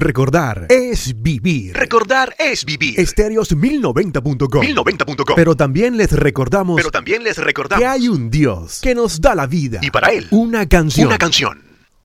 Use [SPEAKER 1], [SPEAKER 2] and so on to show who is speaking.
[SPEAKER 1] Recordar es vivir.
[SPEAKER 2] Recordar es vivir.
[SPEAKER 1] Estereos 1090.com.
[SPEAKER 2] 1090.com.
[SPEAKER 1] Este Pero también les recordamos
[SPEAKER 2] Pero también les recordamos
[SPEAKER 1] que hay un Dios que nos da la vida
[SPEAKER 2] y para él
[SPEAKER 1] una canción.
[SPEAKER 2] una canción.